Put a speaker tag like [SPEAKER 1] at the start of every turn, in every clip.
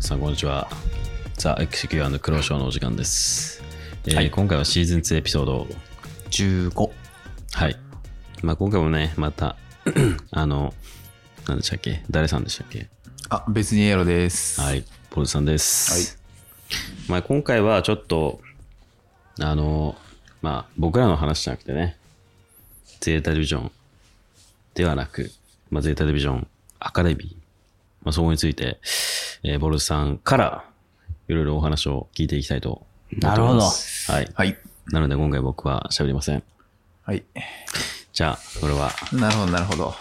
[SPEAKER 1] さん、こんにちは。ザ・エクシキュアの黒潮のお時間です、えー
[SPEAKER 2] はい
[SPEAKER 1] 今回はシーズン2エピソード。
[SPEAKER 2] 15
[SPEAKER 1] はい。まあ、今回もね、また、 あの、何でしたっけ誰さんでしたっけ
[SPEAKER 2] あ別にエロです
[SPEAKER 1] はいい、ポルさんです。まあ、今回はちょっと、あの、まあ、僕らの話じゃなくてね、ゼータディビジョンではなく、まあ、ゼータディビジョンアカデミー、まあ、そこについて、えーボルさんからいろいろお話を聞いていきたいと思っております。なるほど。はい。
[SPEAKER 2] はい、
[SPEAKER 1] なので、今回僕は喋りません。
[SPEAKER 2] はい、
[SPEAKER 1] じゃあ、これは、
[SPEAKER 2] なるほどなるほど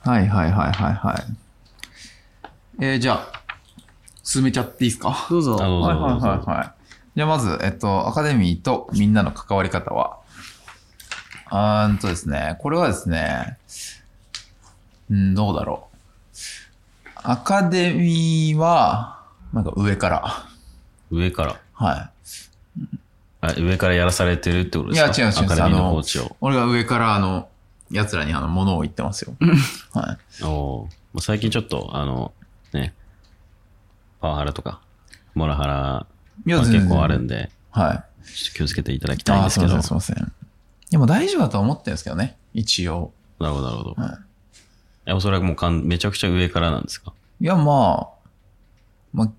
[SPEAKER 2] はいはいはいはいはいえー、じゃあ進めちゃっていいですかどうぞ
[SPEAKER 1] あどうぞ
[SPEAKER 2] はいはい
[SPEAKER 1] どうぞ
[SPEAKER 2] はいはいじゃあまずえっとアカデミーとみんなの関わり方はあーんとですねこれはですねうんどうだろうアカデミーはなんか上から
[SPEAKER 1] 上から、
[SPEAKER 2] はい
[SPEAKER 1] あ上からやらされてるってことですか
[SPEAKER 2] いや違う違う
[SPEAKER 1] アカデミー
[SPEAKER 2] あ
[SPEAKER 1] の
[SPEAKER 2] の
[SPEAKER 1] コーチを。
[SPEAKER 2] 俺が上からあの、奴らにあの、物を言ってますよ。はい。
[SPEAKER 1] おーまあ最近ちょっと、あの、ね、パワハラとか、モラハラ、
[SPEAKER 2] いや
[SPEAKER 1] まあ
[SPEAKER 2] 全然
[SPEAKER 1] 結構あるんで、
[SPEAKER 2] はい。
[SPEAKER 1] ちょっと気をつけていただきたいん
[SPEAKER 2] あ
[SPEAKER 1] で
[SPEAKER 2] ー、
[SPEAKER 1] す
[SPEAKER 2] す
[SPEAKER 1] け
[SPEAKER 2] いま
[SPEAKER 1] ど。
[SPEAKER 2] せ
[SPEAKER 1] なんる
[SPEAKER 2] すいません。でも大丈夫だと思ってるんですけどね。一応。
[SPEAKER 1] ほど、なるほど。
[SPEAKER 2] はい
[SPEAKER 1] えおそらくもうかんめちゃくちゃ上からなんですか
[SPEAKER 2] いや、まあ、まあ、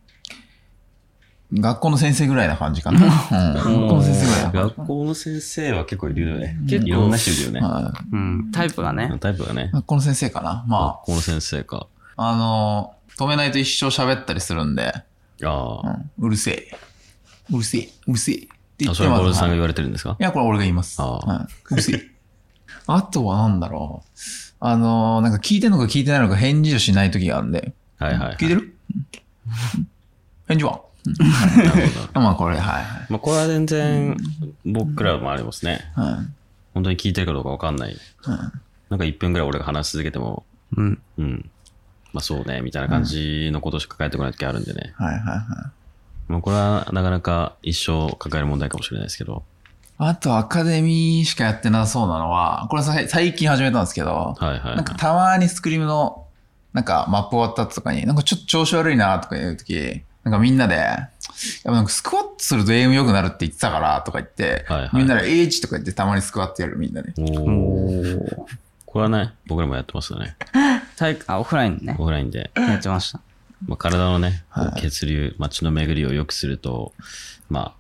[SPEAKER 2] 学校の先生ぐらいな感じ かな。うん、学校の先生ぐらいな感じ
[SPEAKER 1] 学校の先生は結構いるよね。結構いろんな人いるよね。
[SPEAKER 2] はい
[SPEAKER 3] うん、タイプがね。
[SPEAKER 1] タイプがね。
[SPEAKER 2] 学校の先生かな。ま
[SPEAKER 1] 学校の先生か。
[SPEAKER 2] あ、あの、止めないと一生喋ったりするんで、
[SPEAKER 1] あ
[SPEAKER 2] う
[SPEAKER 1] あ。
[SPEAKER 2] ん、うるせえ。うるせえ。うるせえ。って言
[SPEAKER 1] あ
[SPEAKER 2] っ
[SPEAKER 1] そ
[SPEAKER 2] て
[SPEAKER 1] れは
[SPEAKER 2] ま
[SPEAKER 1] ボル
[SPEAKER 2] す
[SPEAKER 1] さんが言われてるんですか
[SPEAKER 2] いや、これ俺が言います。
[SPEAKER 1] ああ
[SPEAKER 2] はい、うるせえあとはなんだろう。あのーなんか聞いてんのか聞いてないのか返事をしない時があるんで。
[SPEAKER 1] はいはいはい
[SPEAKER 2] 聞いてる返事は
[SPEAKER 1] なるほど。
[SPEAKER 2] まあこれ、はいはい。
[SPEAKER 1] まあこれは全然僕らもありますね。
[SPEAKER 2] はい
[SPEAKER 1] 本当に聞いてるかどうかわかんない。なんか1分ぐらい俺が話し続けても、
[SPEAKER 3] うん。
[SPEAKER 1] うん。まあそうね、みたいな感じのことしか返ってこない時あるんでね。
[SPEAKER 2] はいはいはい。
[SPEAKER 1] まあこれはなかなか一生抱える問題かもしれないですけど。
[SPEAKER 2] あとアカデミーしかやってなそうなのは、これさ最近始めたんですけど、
[SPEAKER 1] はいはい。
[SPEAKER 2] なんかたまにスクリームの、なんかマップ終わった後とかに、なんかちょっと調子悪いなとかいう時、なんかみんなで、やっぱなんかスクワットすると AM 良くなるって言ってたからとか言って、
[SPEAKER 1] はいはい
[SPEAKER 2] みんなで H とか言ってたまにスクワットやるみんなで。
[SPEAKER 1] おお。これはね、僕らもやってましたね。
[SPEAKER 3] 体育、あ、オフラインね
[SPEAKER 1] オ。フラインで。
[SPEAKER 3] やってました。
[SPEAKER 1] まあ、体のね、こう
[SPEAKER 2] はい
[SPEAKER 1] 血流、まあ血の巡りを良くすると、まあ、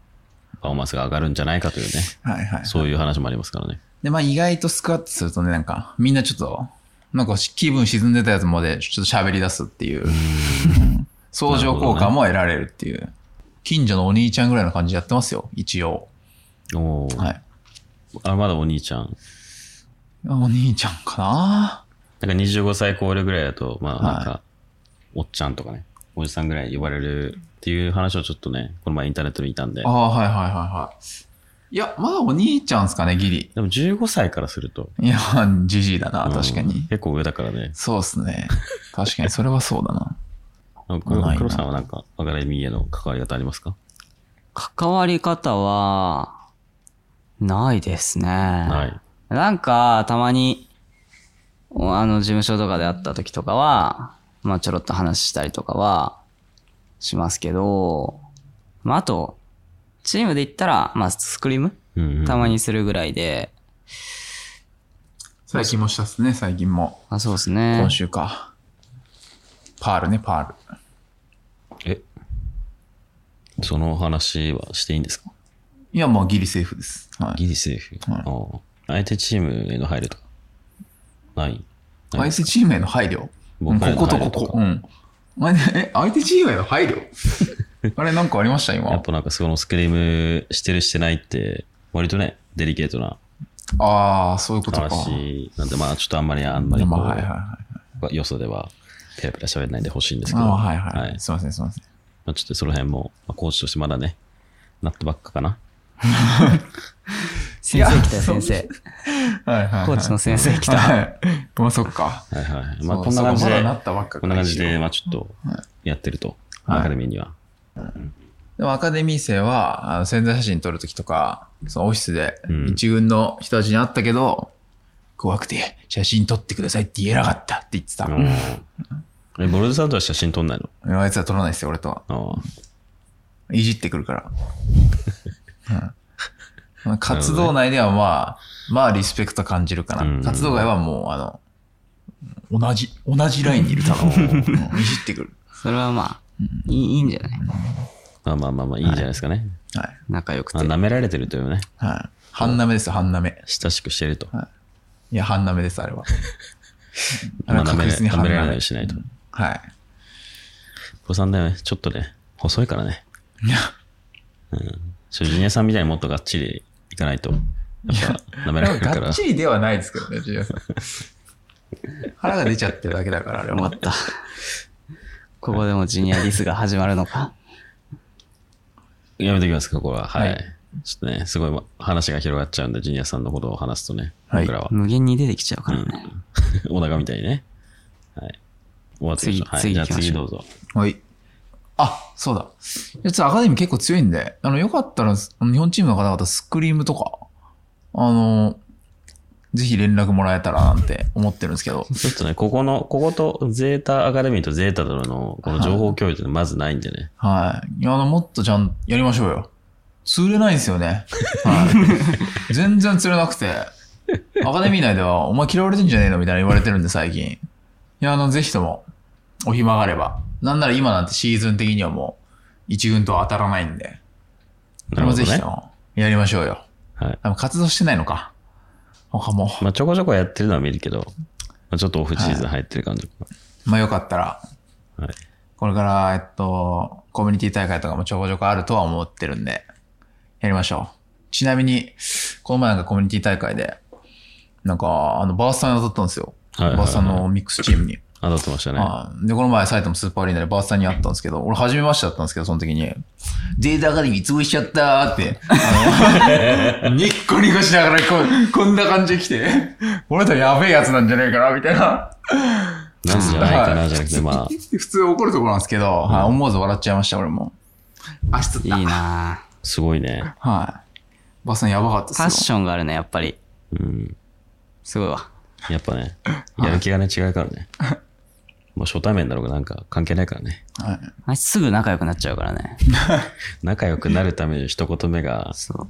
[SPEAKER 1] パフォーマンスが上がるんじゃないかというね、
[SPEAKER 2] はいはい。
[SPEAKER 1] そういう話もありますからね。
[SPEAKER 2] で、まあ意外とスクワットするとね、なんかみんなちょっと、なんか気分沈んでたやつまでちょっと喋り出すっていう、うん相乗効果も得られるっていう、近所のお兄ちゃんぐらいの感じでやってますよ、一応。
[SPEAKER 1] おお、
[SPEAKER 2] はい。
[SPEAKER 1] あ、まだお兄ちゃん。
[SPEAKER 2] お兄ちゃんかな
[SPEAKER 1] なんか25歳超えるぐらいだと、まあ
[SPEAKER 2] はい
[SPEAKER 1] なんか、おっちゃんとかね、おじさんぐらい呼ばれるっていう話をちょっとね、この前インターネットで見たんで
[SPEAKER 2] あ、あ、はいはいはいはい。いや、まだお兄ちゃんっすかね、ギリ。
[SPEAKER 1] でも15歳からすると、
[SPEAKER 2] いや、じじいだな、確か
[SPEAKER 1] うん
[SPEAKER 2] に。
[SPEAKER 1] 結構上だからね、
[SPEAKER 2] そうっすね。確かに、それはそうだな。
[SPEAKER 1] なんか
[SPEAKER 2] まあないな
[SPEAKER 1] 黒さんはなんか、アカデミーへの関わり方ありますか
[SPEAKER 3] 関わり方は、ないですね。
[SPEAKER 1] はい。
[SPEAKER 3] なんか、たまに、おあの、事務所とかで会った時とかは、まあ、ちょろっと話したりとかは、しますけど、まあ、あと、チームで言ったら、まあ、スクリーム
[SPEAKER 1] うんうん
[SPEAKER 3] たまにするぐらいで、
[SPEAKER 2] 最近もしたっすね、最近も。
[SPEAKER 3] まあ、そうですね。
[SPEAKER 2] 今週か。パールね、パール。
[SPEAKER 1] えその話はしていいんですか
[SPEAKER 2] いや、まあ、ギリセーフです。はい。
[SPEAKER 1] ギリセーフ。
[SPEAKER 2] はい
[SPEAKER 1] ああ相手チームへの配慮とか。ない。
[SPEAKER 2] 相手チームへの配慮。うん
[SPEAKER 1] 僕らへ
[SPEAKER 2] こ
[SPEAKER 1] の
[SPEAKER 2] こと
[SPEAKER 1] 配慮
[SPEAKER 2] こと
[SPEAKER 1] か
[SPEAKER 2] こ。うん。あれえ、相手チームへの配 慮あれ、なんかありました
[SPEAKER 1] やっ
[SPEAKER 2] 今。
[SPEAKER 1] ぱなんかそのスクリームしてるしてないって、割とね、デリケートな
[SPEAKER 2] ああ、そういうことか。
[SPEAKER 1] 話なんで、まあちょっとあんまりあんまり
[SPEAKER 2] ま
[SPEAKER 1] こ
[SPEAKER 2] あ、
[SPEAKER 1] う、
[SPEAKER 2] はいはいはい。
[SPEAKER 1] よそではペラペラ喋らないんでほしいんですけ
[SPEAKER 2] あ
[SPEAKER 1] ど、
[SPEAKER 2] あ、はいはい。
[SPEAKER 1] ま
[SPEAKER 2] すいません、すいません。
[SPEAKER 1] あ、ちょっとその辺も、まあ、コーチとしてまだね、なったばっかかな。
[SPEAKER 3] 先生来たよ、先生。
[SPEAKER 2] はいはい、はい。
[SPEAKER 3] コーチの先生 来た。
[SPEAKER 2] はい。 まあ、そっか。
[SPEAKER 1] はいはい。まあ
[SPEAKER 2] そう
[SPEAKER 1] こんな感じ
[SPEAKER 2] そう
[SPEAKER 1] で、
[SPEAKER 2] まだなったばっかか
[SPEAKER 1] こんな感じで、まあちょっと
[SPEAKER 2] は
[SPEAKER 1] やってると、
[SPEAKER 2] はい
[SPEAKER 1] アカデミーには。
[SPEAKER 2] でもアカデミー生は、あの、宣材写真撮るときとか、そのオフィスで
[SPEAKER 1] うん、
[SPEAKER 2] 一軍の人たちに会ったけど、怖くて、写真撮ってくださいって言えなかったって言ってた。
[SPEAKER 1] あのーえ、ボルドさんとは写真撮んないの
[SPEAKER 2] いやあいつは撮らないですよ、俺とは。
[SPEAKER 1] ああ。
[SPEAKER 2] いじってく るから。うん、活動内ではまあ、まあリスペクト感じるか
[SPEAKER 1] うん
[SPEAKER 2] な。活動外はもう、あの、同じ、同じラインにいるから、 うんいじってくる。
[SPEAKER 3] それはまあ、いいいいんじゃない
[SPEAKER 1] まあまあまあまあ、いいんじゃないですかね。
[SPEAKER 2] はい。
[SPEAKER 3] 仲良くて
[SPEAKER 1] まあ、。舐められてるというね。
[SPEAKER 2] はい。半舐めですよ、半舐め。
[SPEAKER 1] 親しくしてると。
[SPEAKER 2] いや、半舐めです、あれは。 あれ
[SPEAKER 1] まあ、
[SPEAKER 2] は
[SPEAKER 1] 舐め
[SPEAKER 2] 確実に
[SPEAKER 1] 舐
[SPEAKER 2] 半
[SPEAKER 1] めら
[SPEAKER 2] 舐め
[SPEAKER 1] れないようにしないと。
[SPEAKER 2] はい。
[SPEAKER 1] 子さんだよね。ちょっとね、細いからね。
[SPEAKER 2] いや、
[SPEAKER 1] ちょジュニアさんみたいにもっとがっちりいかないと、やっぱ、舐められるか
[SPEAKER 2] が
[SPEAKER 1] ら
[SPEAKER 2] っち。りではないですけどね、ジュニアさん。 腹が出ちゃってるだけだから、あれ
[SPEAKER 3] 終わ
[SPEAKER 2] は
[SPEAKER 3] っ。た。ここでもジュニアリスが始まるのか。
[SPEAKER 1] やめてきますか、ここは。はい。
[SPEAKER 2] はい
[SPEAKER 1] ちょっとね、すごい話が広がっちゃうんで、ジュニアさんのことを話すとね、
[SPEAKER 2] はい
[SPEAKER 1] 僕らは。
[SPEAKER 3] 無限に出てきちゃうからね。
[SPEAKER 1] お腹みたいにね。はい。終わってみましょう。はい。
[SPEAKER 3] 次
[SPEAKER 1] じゃあ
[SPEAKER 3] 次行きましょう
[SPEAKER 1] 次どうぞ。
[SPEAKER 2] はい。あ、そうだ。実はアカデミー結構強いんで、あの、よかったら、日本チームの方々、スクリームとか、あの、ぜひ連絡もらえたらなんて思ってるんですけど、
[SPEAKER 1] ちょっとね、ここの、ここと、ゼータアカデミーとゼータとの、この情報共有ってのはまずないんでね。
[SPEAKER 2] はい。いや、あの、もっとちゃん、やりましょうよ。釣れないんです よね。はい。全然釣れなくて、アカデミー内では、お前嫌われてんじゃねえのみたいな言われてるんで、最近。いや、あの、ぜひとも、お暇があれば。なんなら今なんてシーズン的にはもう、一軍とは当たらないんで、こ
[SPEAKER 1] なる
[SPEAKER 2] れも
[SPEAKER 1] ほど
[SPEAKER 2] ぜひ
[SPEAKER 1] ね
[SPEAKER 2] と。も、やりましょうよ。
[SPEAKER 1] はい。
[SPEAKER 2] あの活動してないのか。他も。
[SPEAKER 1] まあ、ちょこちょこやってるのは見るけど、まあ、ちょっとオフシーズン入ってる感じ。
[SPEAKER 2] まあよかったら、
[SPEAKER 1] はい。
[SPEAKER 2] これから、えっと、コミュニティ大会とかもちょこちょこあるとは思ってるんで、やりましょう。ちなみに、この前なんかコミュニティ大会で、なんか、あの、バースさんに当たったんですよ。
[SPEAKER 1] はいはいはい
[SPEAKER 2] バースさんのミックスチームに。
[SPEAKER 1] 当たってましたね。
[SPEAKER 2] あで、この前、埼玉スーパーアリーナでバースさんに会ったんですけど、俺、初めましてだったんですけど、その時に、データアカデミー潰しちゃったーって、あ のニッコニコしながらこ、こんな感じで来て、俺とやべえやつなんじゃねえかな、みたいな。
[SPEAKER 1] なんじゃないか
[SPEAKER 2] は
[SPEAKER 1] な、
[SPEAKER 2] い
[SPEAKER 1] じゃなくて、まあ、
[SPEAKER 2] 普通怒るところなんですけど、はい、思わず笑っちゃいました、俺も。あ、しつっ
[SPEAKER 3] いい
[SPEAKER 2] た。
[SPEAKER 3] なぁ
[SPEAKER 1] すごいね。
[SPEAKER 2] はい。バスさんやばかったです
[SPEAKER 3] パ
[SPEAKER 2] よ。
[SPEAKER 3] ッションがあるね、やっぱり。
[SPEAKER 1] うん。
[SPEAKER 3] すごいわ。
[SPEAKER 1] やっぱね、やる気がね、違うからね。もう初対面だろうがなんか関係ないからね。
[SPEAKER 2] はい、
[SPEAKER 3] あいつすぐ仲良くなっちゃうからね。
[SPEAKER 1] 仲良くなるために一言目が
[SPEAKER 3] そ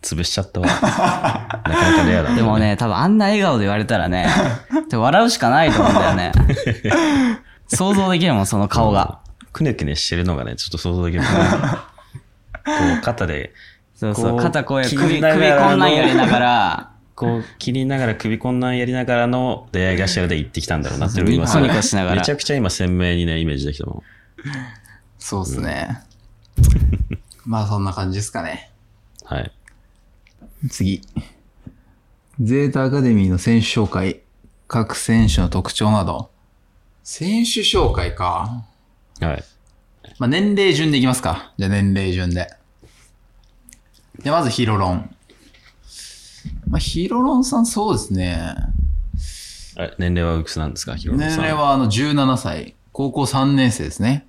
[SPEAKER 1] 潰しちゃ ったわ。なかなかレアだ
[SPEAKER 3] う。でもね、多分あんな笑顔で言われたら ね、でも笑うしかないと思うんだよ ね。想像できるもん、その顔が。
[SPEAKER 1] くねくねしてるのがね、ちょっと想像できるから。こう、肩で、
[SPEAKER 3] そうそ
[SPEAKER 1] こ
[SPEAKER 3] う、
[SPEAKER 1] う
[SPEAKER 3] 肩こえ、
[SPEAKER 1] 気
[SPEAKER 3] 首、
[SPEAKER 1] に
[SPEAKER 3] 首
[SPEAKER 1] ながら
[SPEAKER 3] こんなんやりながら、
[SPEAKER 1] こう、切りながら首こんなんやりながらの出会い頭で行ってきたんだろうなっていうのが今すごい
[SPEAKER 3] ニコニコしながら
[SPEAKER 1] めちゃくちゃ今鮮明にね、イメージできたもん。
[SPEAKER 2] そうですね。まあ、そんな感じですかね。
[SPEAKER 1] はい。
[SPEAKER 2] 次。ゼータアカデミーの選手紹介、各選手の特徴など。選手紹介か。
[SPEAKER 1] はい。
[SPEAKER 2] まあ、年齢順でいきますか。じゃあ年齢順で。で、まずヒロロン。まあ、ヒロロンさんそうですね。
[SPEAKER 1] あれ年齢はおいくつなんですか、ヒロロさん。
[SPEAKER 2] 年齢はあの17歳、高校3年生ですね。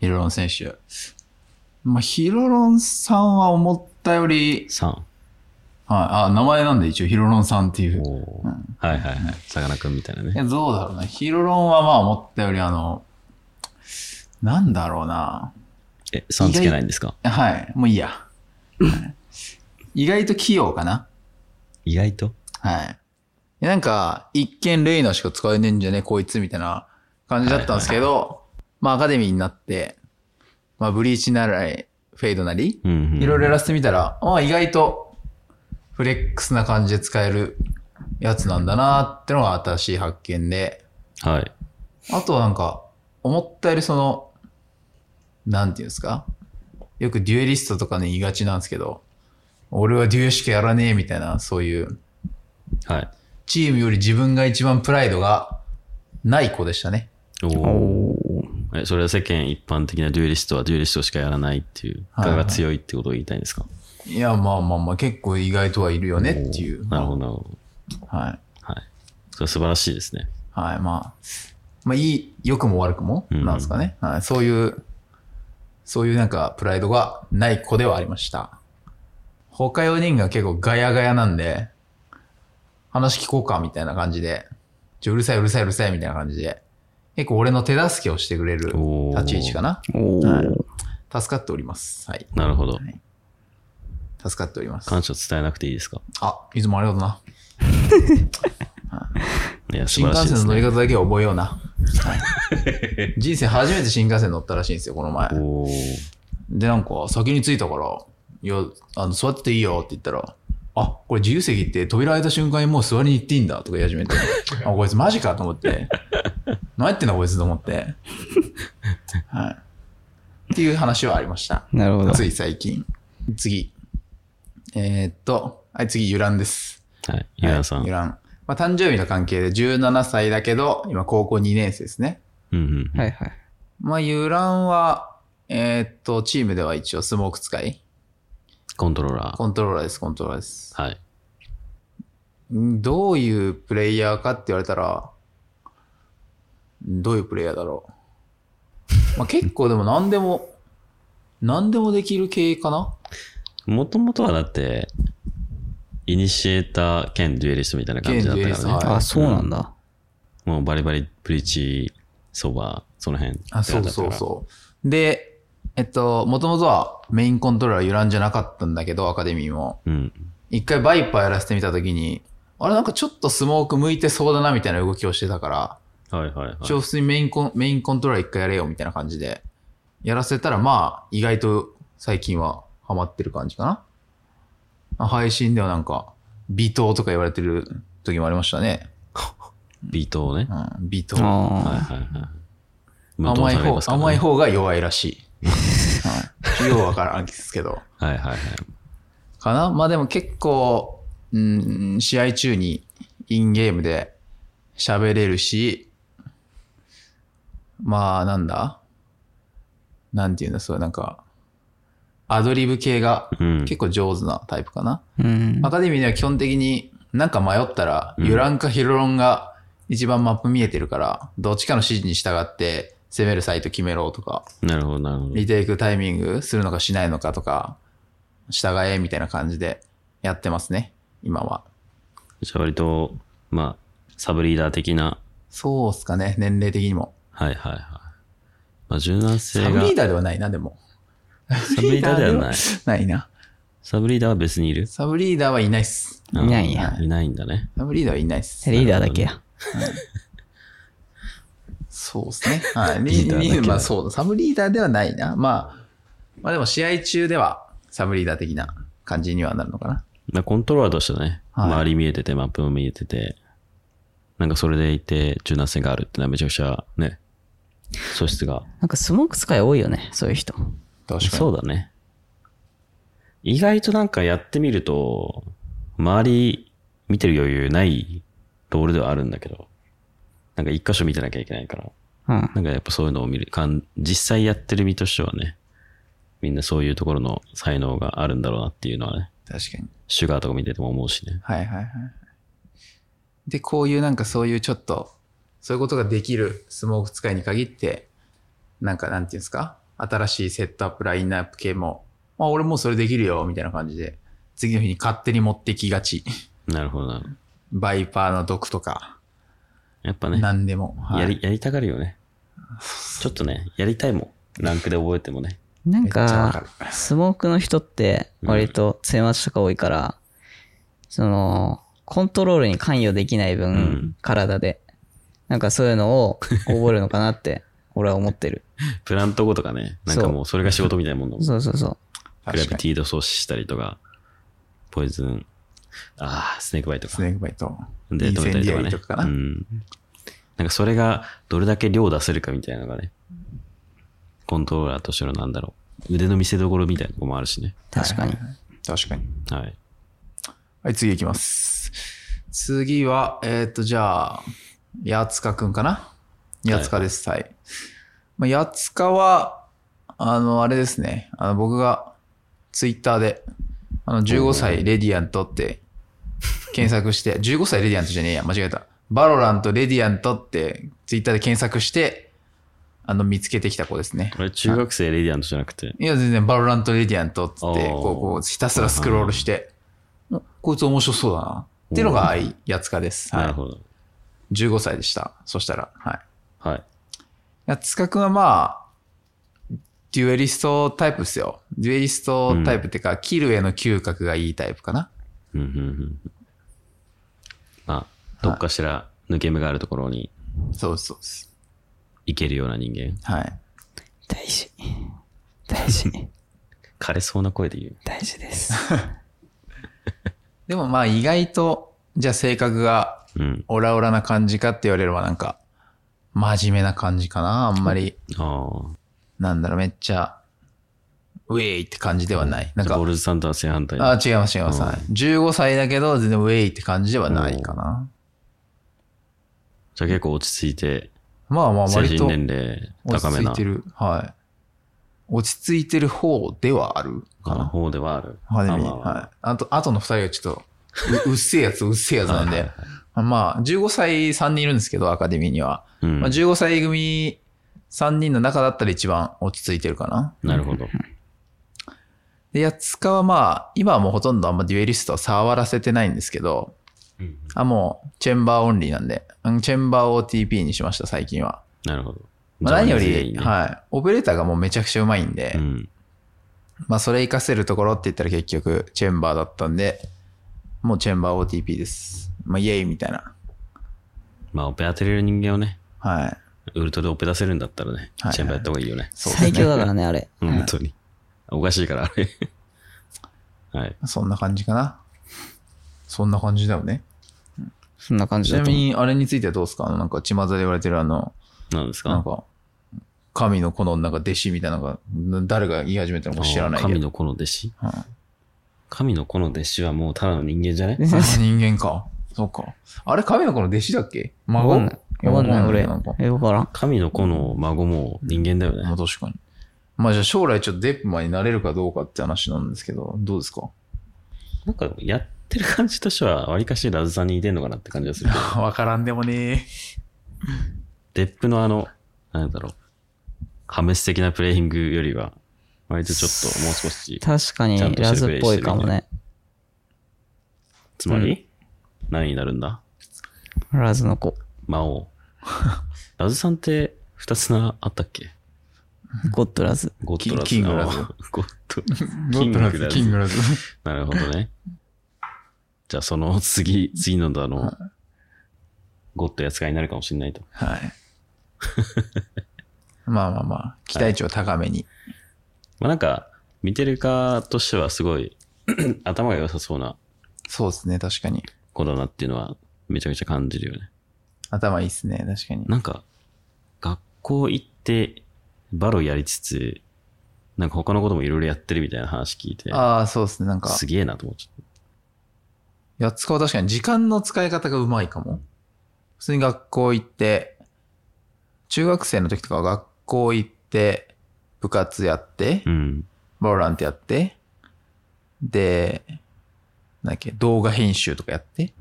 [SPEAKER 2] ヒロロン選手。まあ、ヒロロンさんは思ったより、
[SPEAKER 1] 3。
[SPEAKER 2] はい、あ、名前なんで一応ヒロロンさんってい
[SPEAKER 1] お
[SPEAKER 2] う。
[SPEAKER 1] お、はいはいはい。さかなクンみたいなね
[SPEAKER 2] い。や、どうだろうな。ヒロロンはまあ思ったよりあの、なんだろうな。
[SPEAKER 1] え、さんつけないんですか
[SPEAKER 2] はい、もういいや。はい意外と器用かな。
[SPEAKER 1] 意外と
[SPEAKER 2] はい。でなんか、一見レイナしか使えねえんじゃねこいつみたいな感じだったんですけど、まあアカデミーになって、まあブリーチならフェードなり、
[SPEAKER 1] うん、うん。
[SPEAKER 2] いろいろやらせてみたら、ああ意外とフレックスな感じで使えるやつなんだなってのが新しい発見で、
[SPEAKER 1] はい。
[SPEAKER 2] あとはなんか、思ったよりその、なんていうんですかよくデュエリストとかに言いがちなんですけど、俺はデュエしかやらねえみたいな、そういう
[SPEAKER 1] はい。
[SPEAKER 2] チームより自分が一番プライドがない子でしたね。
[SPEAKER 1] おおー。え、それは世間一般的なデュエリストはデュエリストしかやらないっていう、
[SPEAKER 2] はいはい
[SPEAKER 1] 側が強いってことを言いたいんですか、
[SPEAKER 2] いや、まあまあまあ、結構意外とはいるよねっていう。
[SPEAKER 1] なるほど、なるほど。
[SPEAKER 2] はい。
[SPEAKER 1] はい。それは素晴らしいですね。
[SPEAKER 2] はい、まあ。まあ、いい、良くも悪くも、
[SPEAKER 1] うん
[SPEAKER 2] なんですかね、はい。そういう、そういうなんか、プライドがない子ではありました。他4人が結構ガヤガヤなんで、話聞こうか、みたいな感じで、ちょ、うるさい、うるさい、うるさい、みたいな感じで、結構俺の手助けをしてくれる
[SPEAKER 1] おー
[SPEAKER 2] 立ち位置かな。
[SPEAKER 3] おお、
[SPEAKER 2] 助かっております。はい。
[SPEAKER 1] なるほど。
[SPEAKER 2] はい助かっております。
[SPEAKER 1] 感謝伝えなくていいですか
[SPEAKER 2] あ、いつもありがとうな。
[SPEAKER 1] いや、素
[SPEAKER 2] 新
[SPEAKER 1] 晴らしいで
[SPEAKER 2] 幹線の
[SPEAKER 1] す
[SPEAKER 2] 乗り
[SPEAKER 1] ね。
[SPEAKER 2] 方だけは覚えよ うな。はい、人生初めて新幹線乗ったらしいんですよ、この前。
[SPEAKER 1] おー
[SPEAKER 2] で、なんか、先に着いたから、いや、あの、座ってていいよって言ったら、あ、これ自由席って扉開いた瞬間にもう座りに行っていいんだとか言い 始めて、あ、こいつマジかと思って、何やってんだこいつと 思って、はい。っていう話はありました。
[SPEAKER 3] なるほど。
[SPEAKER 2] つい最近。次。えーっと、はい、次、ゆらんです。
[SPEAKER 1] はい。ゆらさ
[SPEAKER 2] はい
[SPEAKER 1] ん。
[SPEAKER 2] ゆらん。まあ、誕生日の関係で17歳だけど、今高校2年生ですね。
[SPEAKER 1] うんうん。
[SPEAKER 3] はいはい。
[SPEAKER 2] まあ、ゆらんは、えーっと、チームでは一応スモーク使い。
[SPEAKER 1] コントローラー。
[SPEAKER 2] コントローラーです、コントローラーです。
[SPEAKER 1] はい。
[SPEAKER 2] んどういうプレイヤーかって言われたら、んどういうプレイヤーだろう。まあ、結構でも何でも、何でもできる系かな
[SPEAKER 1] もともとはだって、イニシエーター兼デュエリストみたいな感じだっ
[SPEAKER 2] 兼デュエ
[SPEAKER 1] た
[SPEAKER 2] リス
[SPEAKER 1] から
[SPEAKER 2] トは
[SPEAKER 1] ね
[SPEAKER 2] い。
[SPEAKER 3] あ、そうなんだ。
[SPEAKER 1] もうバリバリブリーチ、ソバ、その辺。
[SPEAKER 2] あ、そうそう
[SPEAKER 1] う。
[SPEAKER 2] そう。で、えっと、もともとはメインコントローラー揺らんじゃなかったんだけど、アカデミーも。
[SPEAKER 1] うん。
[SPEAKER 2] 一回バイパーやらせてみたときに、あれなんかちょっとスモーク向いてそうだなみたいな動きをしてたから、
[SPEAKER 1] はいはいはい。
[SPEAKER 2] 一応普通にメインコン、メインコントローラー一回やれよみたいな感じで、やらせたらまあ、意外と最近はハマってる感じかな。まあ配信ではなんか、微糖とか言われてる時もありましたね。
[SPEAKER 1] ビートをね
[SPEAKER 2] う。ん、微糖。
[SPEAKER 3] ああ、
[SPEAKER 1] はいはいはい。無糖
[SPEAKER 2] 甘い
[SPEAKER 1] され
[SPEAKER 2] 方
[SPEAKER 1] ま、すからね
[SPEAKER 2] 甘い方が弱いらしい。 はい、ようわからんですけど。
[SPEAKER 1] はいはいはい。
[SPEAKER 2] かなまあでも結構、うん、試合中にインゲームで喋れるし、まあなんだなんていうんだ、そう、なんか、アドリブ系が
[SPEAKER 1] うん。
[SPEAKER 2] 結構上手なタイプかな。
[SPEAKER 3] うん。
[SPEAKER 2] アカデミーでは基本的になんか迷ったら、ユランかヒロロンが一番マップ見えてるから、どっちかの指示に従って攻めるサイト決めろとか、
[SPEAKER 1] なるほどなるほど。
[SPEAKER 2] リテイクタイミングするのかしないのかとか、従えみたいな感じでやってますね、今は。
[SPEAKER 1] じゃあ割と、まあ、サブリーダー的な。
[SPEAKER 2] そうっすかね、年齢的にも。
[SPEAKER 1] はいはいはい。まあ、柔軟性が。
[SPEAKER 2] サブリーダーではないな、でも。
[SPEAKER 1] サブリーダーではない。
[SPEAKER 2] ないな。
[SPEAKER 1] サブリーダーは別にいる
[SPEAKER 2] サブリーダーはいないっす。
[SPEAKER 3] いないんや
[SPEAKER 1] あいないんだね。
[SPEAKER 2] サブリーダーはいないっす。
[SPEAKER 3] リーダーだけや。
[SPEAKER 2] そうっす ね。はい。
[SPEAKER 1] リーダーだけ
[SPEAKER 2] リーダーまあそうだ。サブリーダーではないな。まあ、まあでも試合中ではサブリーダー的な感じにはなるのかな。
[SPEAKER 1] まあコントローラーとしてはね、
[SPEAKER 2] はい
[SPEAKER 1] 周り見えてて、マップも見えてて、なんかそれでいて、柔軟性があるってのはめちゃくちゃね、素質が。
[SPEAKER 3] なんかスモーク使い多いよね、そういう人。
[SPEAKER 2] 確
[SPEAKER 1] そうだね。意外となんかやってみると、周り見てる余裕ないロールではあるんだけど、なんか一箇所見てなきゃいけないから、
[SPEAKER 3] うん。
[SPEAKER 1] なんかやっぱそういうのを見る、かん実際やってる身としてはね、みんなそういうところの才能があるんだろうなっていうのはね、
[SPEAKER 2] 確かに。
[SPEAKER 1] シュガーとか見てても思うしね。
[SPEAKER 2] はいはいはいはい。で、こういうなんかそういうちょっと、そういうことができるスモーク使いに限って、なんかなんていうんですか、新しいセットアップ、ラインナップ系も、まあ俺もうそれできるよ、みたいな感じで、次の日に勝手に持ってきがち。
[SPEAKER 1] なるほどなるほど。
[SPEAKER 2] バイパーの毒とか、
[SPEAKER 1] やっぱね、
[SPEAKER 2] 何でも。はい
[SPEAKER 1] やり、やりたがるよね。ちょっとね、やりたいもん。ランクで覚えても ね。
[SPEAKER 3] なん
[SPEAKER 2] めっちゃわか
[SPEAKER 3] か
[SPEAKER 2] る、
[SPEAKER 3] スモークの人って、割と強待ちとか多いから、その、コントロールに関与できない分、
[SPEAKER 1] うん
[SPEAKER 3] 体で。なんかそういうのを覚えるのかなって、俺は思ってる。
[SPEAKER 1] プラント語とかね、なんかもうそれが仕事みたいなもんだもん。
[SPEAKER 3] そうそうそう。
[SPEAKER 1] グラ
[SPEAKER 2] 確
[SPEAKER 1] ビ
[SPEAKER 2] かに。
[SPEAKER 1] ティと創始したりとか、ポイズン、ああ、スネークバイト
[SPEAKER 2] ス
[SPEAKER 1] か。
[SPEAKER 2] ネークバイト。
[SPEAKER 1] で、止めたりとか
[SPEAKER 2] インセンディアリー
[SPEAKER 1] ね。
[SPEAKER 2] とかかな
[SPEAKER 1] うん。なんかそれがどれだけ量出せるかみたいなのがね、コントローラーとしてのなんだろう。腕の見せ所みたいなとこもあるしね。
[SPEAKER 3] 確かに。
[SPEAKER 2] 確かに。
[SPEAKER 1] はい。
[SPEAKER 2] はい、次行きます。次は、えっ、と、じゃあ、やつかくんかなやつかです。はい。まあ、やつかは、あの、あれですね。あの、僕が、ツイッターで、あの、15歳レディアントって、検索して、15歳 レディアントじゃねえや、間違えた。バロラントレディアントって、ツイッターで検索して、あの、見つけてきた子ですね。
[SPEAKER 1] これ中学生レディアントじゃなくて、
[SPEAKER 2] いや、全然、バロラントレディアントっつって、
[SPEAKER 1] おー
[SPEAKER 2] こう、こう、ひたすらスクロールして、おこいつ面白そうだな。っていうのが、やつかです。
[SPEAKER 1] なる
[SPEAKER 2] は
[SPEAKER 1] ほど。
[SPEAKER 2] い。15歳でした。そしたら、はい。
[SPEAKER 1] はい。
[SPEAKER 2] や、塚くんはまあ、デュエリストタイプですよ。デュエリストタイプっていうか、キルへの嗅覚がいいタイプかな。
[SPEAKER 1] うんうんうんまあ、どっかしら抜け目があるところに
[SPEAKER 2] そうそうです。
[SPEAKER 1] 行けるような人間。
[SPEAKER 2] はい。
[SPEAKER 3] 大事。大事。
[SPEAKER 1] 枯れそうな声で言う。
[SPEAKER 3] 大事です。
[SPEAKER 2] でもまあ意外と、じゃあ性格が
[SPEAKER 1] うん。
[SPEAKER 2] オラオラな感じかって言われればなんか、真面目な感じかな。あんまり、
[SPEAKER 1] ああ。
[SPEAKER 2] なんだろう、めっちゃ、ウェイって感じではない。なん
[SPEAKER 1] じゃあ
[SPEAKER 2] か
[SPEAKER 1] ボ、ルズさんとは正反対だ
[SPEAKER 2] あ、違います違います。
[SPEAKER 1] うん
[SPEAKER 2] はい15歳だけど、全然ウェイって感じではないかな。
[SPEAKER 1] じゃあ結構落ち着いて、
[SPEAKER 2] まあまあ
[SPEAKER 1] 精
[SPEAKER 2] 割
[SPEAKER 1] 神
[SPEAKER 2] と
[SPEAKER 1] 年齢
[SPEAKER 2] 落
[SPEAKER 1] 高
[SPEAKER 2] ち
[SPEAKER 1] め
[SPEAKER 2] 着い
[SPEAKER 1] な
[SPEAKER 2] てる。はい。落ち着いてる方ではあるかな。
[SPEAKER 1] 方ではある。
[SPEAKER 2] 派手に。
[SPEAKER 1] まあまあまあ
[SPEAKER 2] はい。あと、あとの二人はちょっと、 ううっせえやつ、うっせえやつなん
[SPEAKER 1] はい
[SPEAKER 2] で
[SPEAKER 1] はい。
[SPEAKER 2] まあ、15歳3人いるんですけど、アカデミーには。
[SPEAKER 1] うん
[SPEAKER 2] まあ、15歳組3人の中だったら一番落ち着いてるかな。
[SPEAKER 1] なるほど。
[SPEAKER 2] で、やつかはまあ、今はもうほとんどあんまデュエリストは触らせてないんですけど、あ、もう、チェンバーオンリーなんで、うんチェンバー OTP にしました、最近は。
[SPEAKER 1] なるほど。
[SPEAKER 2] まあ、何よ
[SPEAKER 1] じゃあい
[SPEAKER 2] り、
[SPEAKER 1] いね
[SPEAKER 2] はい。オペレーターがもうめちゃくちゃうまいんで、
[SPEAKER 1] うん。
[SPEAKER 2] まあ、それ活かせるところって言ったら結局、チェンバーだったんで、もうチェンバー OTP です。まあ、イエイみたいな。
[SPEAKER 1] まあ、オペ当てれる人間をね、
[SPEAKER 2] はい。
[SPEAKER 1] ウルトでオペ出せるんだったらね
[SPEAKER 2] は、い
[SPEAKER 1] チェンバーやった方がいいよね。
[SPEAKER 2] そうですね
[SPEAKER 3] 最強だからね、あれ。
[SPEAKER 1] 本当に。おかしいから、 あれ。はい。
[SPEAKER 2] そんな感じかな。そんな感じだよね。
[SPEAKER 3] そんな感じ
[SPEAKER 2] ち
[SPEAKER 3] だ
[SPEAKER 2] な
[SPEAKER 3] と
[SPEAKER 2] み
[SPEAKER 3] 思う。
[SPEAKER 2] に、あれについてはどうですかあの、なんか、巷で言われてるあの、
[SPEAKER 1] なんです
[SPEAKER 2] なん
[SPEAKER 1] か
[SPEAKER 2] か、神の子のなんか弟子みたいなのが、誰が言い始めたのか知らないけど。
[SPEAKER 1] 神の子の弟子
[SPEAKER 2] うん
[SPEAKER 1] 神の子の弟子はもうただの人間じゃない
[SPEAKER 2] あ人間か。 そうか。あれ、神の子の弟子だっけ孫
[SPEAKER 3] わかんない。わかんない、俺。
[SPEAKER 2] なんか
[SPEAKER 3] え、わからん。
[SPEAKER 1] 神の子の孫も人間だよ
[SPEAKER 2] ま
[SPEAKER 1] ね
[SPEAKER 2] あ。確かに。まあじゃあ将来ちょっとデップマンになれるかどうかって話なんですけど、どうですか
[SPEAKER 1] なんか、やってる感じとしては、わりかしラズさんに似てんのかなって感じがするけど。
[SPEAKER 2] わからんでもね
[SPEAKER 1] デップのあの、なんだろう、破滅的なプレイングよりは、割とちょっともう少し、
[SPEAKER 3] 確かに
[SPEAKER 1] ちゃん、として
[SPEAKER 3] ラ
[SPEAKER 1] る
[SPEAKER 3] ズ
[SPEAKER 1] プ
[SPEAKER 3] っ
[SPEAKER 1] レイしてる
[SPEAKER 3] ぽいかもね。
[SPEAKER 1] つまり、
[SPEAKER 3] う
[SPEAKER 1] 何になるんだ
[SPEAKER 3] ラズの子。
[SPEAKER 1] 魔 王。ラズさんって二つなあったっけ
[SPEAKER 3] ゴッドラズ。
[SPEAKER 1] ゴッドラズ。
[SPEAKER 2] キングラズ
[SPEAKER 1] あゴッド
[SPEAKER 2] キングラズ、キング
[SPEAKER 1] ラ
[SPEAKER 2] ラズ。
[SPEAKER 1] ズ。なるほどね。じゃあその次、次のだの、ゴッドやつがになるかもしれないと。
[SPEAKER 2] はい。まあまあまあ、期待値を高めに。
[SPEAKER 1] まあなんか、見てる側としてはすごい、 頭が良さそうな
[SPEAKER 2] そうですね、確かに。
[SPEAKER 1] 子だなっていうのは、めちゃくちゃ感じるよね。
[SPEAKER 2] 頭いいっすね、確かに。
[SPEAKER 1] なんか、学校行って、バロやりつつ、なんか他のこともいろいろやってるみたいな話聞いて、
[SPEAKER 2] ああ、そうですね、なんか、
[SPEAKER 1] すげえなと思っちゃっ
[SPEAKER 2] やっつかは確かに時間の使い方がうまいかも。普通に学校行って、中学生の時とかは学校行って、部活やって
[SPEAKER 1] た。う、ん。
[SPEAKER 2] ボランティアやって、で、なんだっけ、動画編集とかやって、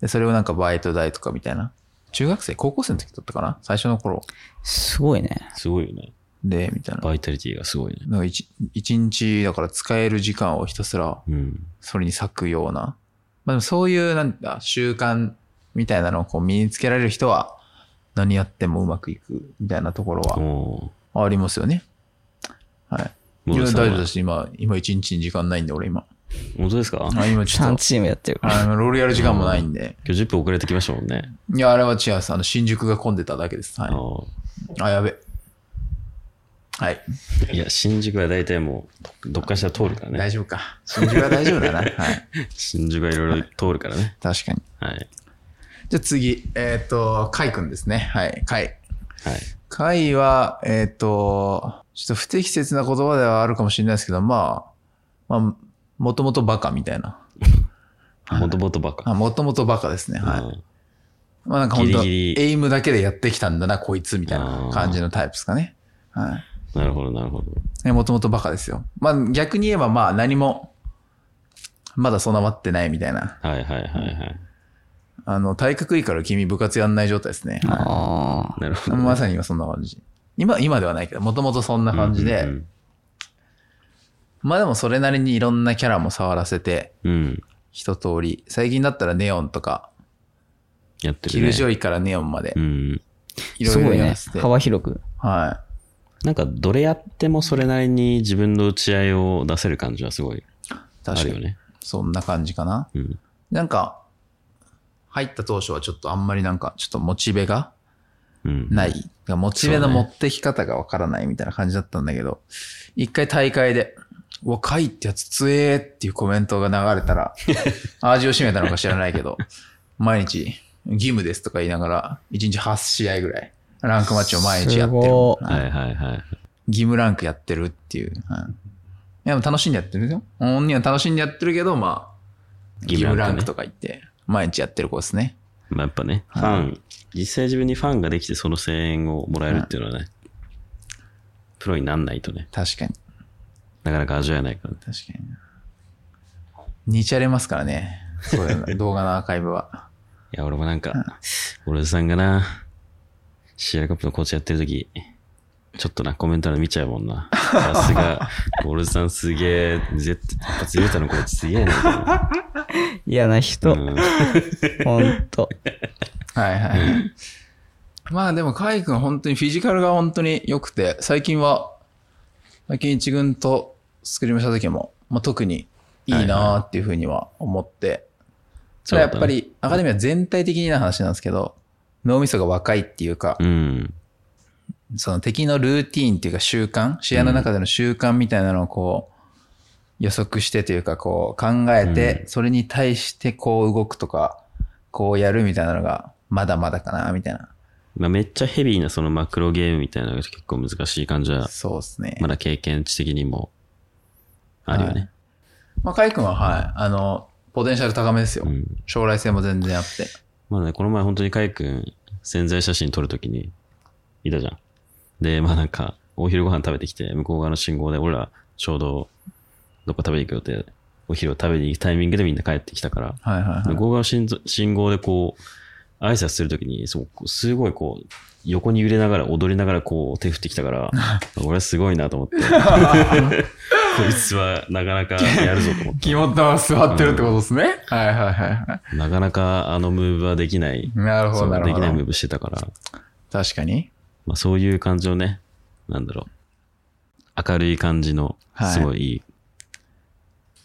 [SPEAKER 2] で、それをなんかバイト代とかみたいな。中学生、高校生の時だったかな最初の頃。
[SPEAKER 3] すごいね。
[SPEAKER 1] すごいよね。
[SPEAKER 2] で、みたいな。
[SPEAKER 1] バイタリティがすごいね。
[SPEAKER 2] なんか一一日、だから使える時間をひたすら
[SPEAKER 1] うん。
[SPEAKER 2] それに割くような。まあでもそういう、なんだ、習慣みたいなのをこう身につけられる人は、何やってもうまくいくみたいなところは
[SPEAKER 1] お
[SPEAKER 2] ありますよね。はい。
[SPEAKER 1] ー
[SPEAKER 2] い
[SPEAKER 1] 森
[SPEAKER 2] や大
[SPEAKER 1] さんは
[SPEAKER 2] 丈夫です。今、今一日に時間ないんで、俺今。
[SPEAKER 1] 本当ですか
[SPEAKER 2] あ、今ちょっ
[SPEAKER 3] 3
[SPEAKER 2] と、
[SPEAKER 3] チームやってるから。
[SPEAKER 2] あのロールやる時間もないんで。
[SPEAKER 1] 今日10分遅れてきましたもんね。
[SPEAKER 2] いや、あれは違うです。あの、新宿が混んでただけです。は
[SPEAKER 1] あ
[SPEAKER 2] い。
[SPEAKER 1] ー
[SPEAKER 2] あ、やべ。はい。
[SPEAKER 1] いや、新宿は大体もう、どっかしら通るからね
[SPEAKER 2] 大。丈夫か。新宿は大丈夫だ な。はい。
[SPEAKER 1] 新宿はいろいろ通るからね。
[SPEAKER 2] 確かに。
[SPEAKER 1] はい。
[SPEAKER 2] じゃあ次、えっ、と、カイ君ですね。はい、カイ。
[SPEAKER 1] はい。
[SPEAKER 2] カイは、えっ、と、ちょっと不適切な言葉ではあるかもしれないですけど、まあ、まあ、もともとバカみたいな。
[SPEAKER 1] もともとばっ
[SPEAKER 2] あ
[SPEAKER 1] か。
[SPEAKER 2] もともとバカですね。はい。
[SPEAKER 1] うん
[SPEAKER 2] まあなんか本当
[SPEAKER 1] ギリギリ
[SPEAKER 2] エイムだけでやってきたんだな、こいつ、みたいな感じのタイプですかね。はい。
[SPEAKER 1] なるほど、なるほど。
[SPEAKER 2] ね、もともとバカですよ。まあ逆に言えばまあ何も、まだ備わってないみたいな。
[SPEAKER 1] はいはいはいはい。
[SPEAKER 2] あの、体格いいから君部活やんない状態ですね。は
[SPEAKER 3] ああ。
[SPEAKER 1] なるほ
[SPEAKER 2] い
[SPEAKER 1] どね。
[SPEAKER 2] まさに今そんな感じ。今、今ではないけど、もともとそんな感じで、
[SPEAKER 1] うん
[SPEAKER 2] まあでもそれなりにいろんなキャラも触らせて、
[SPEAKER 1] うんうん。うん
[SPEAKER 2] 一通り。最近だったらネオンとか、
[SPEAKER 1] やってる
[SPEAKER 2] キ
[SPEAKER 1] ね。
[SPEAKER 2] ルジョイからネオンまで
[SPEAKER 1] う、ん。
[SPEAKER 2] いろ
[SPEAKER 3] す
[SPEAKER 2] い
[SPEAKER 3] ご
[SPEAKER 2] ろ
[SPEAKER 3] い
[SPEAKER 2] や
[SPEAKER 3] ね
[SPEAKER 2] らせて。。
[SPEAKER 3] 幅広く。
[SPEAKER 2] は
[SPEAKER 1] なんかどれやってもそれなりに自分の打ち合いを出せる感じはすごい
[SPEAKER 2] い。
[SPEAKER 1] あ
[SPEAKER 2] 確か
[SPEAKER 1] るよ
[SPEAKER 2] に。
[SPEAKER 1] ね。
[SPEAKER 2] そんな感じかな。
[SPEAKER 1] うん。
[SPEAKER 2] なんか、入った当初はちょっとあんまりなんか、ちょっとモチベが
[SPEAKER 1] うん。
[SPEAKER 2] ない。モチベの
[SPEAKER 1] そう
[SPEAKER 2] 持
[SPEAKER 1] ね
[SPEAKER 2] ってき方がわからないみたいな感じだったんだけど、一回大会で、うわ、かいってやつつえーっていうコメントが流れた ら、味を占めたのか知らないけど、毎日、義務ですとか言いながら、1日8試合ぐらい、ランクマッチを毎日やって
[SPEAKER 3] す
[SPEAKER 2] る。
[SPEAKER 3] ご
[SPEAKER 2] はい
[SPEAKER 1] はいはいはい。
[SPEAKER 2] 義務ランクやってるっていう。はい、いや、でも楽しんでやってるよ。本人は楽しんでやってるけど、まあ、義
[SPEAKER 1] 義務
[SPEAKER 2] 務ラ
[SPEAKER 1] ラ
[SPEAKER 2] ン
[SPEAKER 1] ンク
[SPEAKER 2] ク
[SPEAKER 1] ね
[SPEAKER 2] とか言って、毎日やってる子ですね。
[SPEAKER 1] まあ、やっぱね、ファン、実際自分にファンができてその声援をもらえるっていうのはね、プロになんないとね、
[SPEAKER 2] 確かに。
[SPEAKER 1] なかなか味わえないからね。
[SPEAKER 2] 確かに。にちゃれますからね。そうだな動画のアーカイブは。
[SPEAKER 1] いや、俺もなんか、俺さんがな、シアカップのコーチやってる時、ちょっとな、コメント欄見ちゃうもんな。さす が、俺さんすげえ、絶一発入れたのコーチすげえなみたい な。
[SPEAKER 3] 嫌な人。
[SPEAKER 1] うん
[SPEAKER 3] ほんと。
[SPEAKER 2] はいはいはい。まあでも、カイ君本当にフィジカルが本当に良くて、最近は、最近一軍とスクリームした時も、まあ、特にいいなーっていうふうには思って、それはやっぱ、り、アカデミーは全体的にな話なんですけど、脳みそが若いっていうか
[SPEAKER 1] う、ん。
[SPEAKER 2] その敵のルーティーンっていうか習慣、試合の中での習慣みたいなのをこう、予測してというか、こう考えて、それに対してこう動くとか、こうやるみたいなのが、まだまだかな、みたいな。
[SPEAKER 1] まあ、めっちゃヘビーなそのマクロゲームみたいなのが結構難しい感じは、
[SPEAKER 2] そうですね。
[SPEAKER 1] まだ経験値的にもあるよね。
[SPEAKER 2] まあ、カイ君は、はい、あの、ポテンシャル高めですよ。
[SPEAKER 1] うん。
[SPEAKER 2] 将来性も全然あって。
[SPEAKER 1] まあね、この前本当にカイ君、潜在写真撮るときに、いたじゃん。で、まあなんか、お昼ご飯食べてきて、向こう側の信号で、俺ら、ちょうど、どっか食べに行く予定で、お昼を食べに行くタイミングでみんな帰ってきたから、
[SPEAKER 2] はいはい
[SPEAKER 1] 向
[SPEAKER 2] はい。
[SPEAKER 1] こう側の信信号でこう、挨拶するときに、そう、すごいこう、横に揺れながら、踊りながら、こう、手振ってきた から、俺すごいなと思って、こいつはなかなかやるぞと思 って、
[SPEAKER 2] 肝っ玉が座ってるってことですね。はいはいはいは
[SPEAKER 1] なかなかあのムーブはできない、
[SPEAKER 2] い。なるほ
[SPEAKER 1] そ
[SPEAKER 2] ど、
[SPEAKER 1] う
[SPEAKER 2] なる
[SPEAKER 1] で
[SPEAKER 2] ほ
[SPEAKER 1] きないムー
[SPEAKER 2] ど。
[SPEAKER 1] ブしてたから、
[SPEAKER 2] 確かに。
[SPEAKER 1] まあ、そういう感じのね、なんだろう、明るい感じの、
[SPEAKER 2] はい
[SPEAKER 1] すごいいい、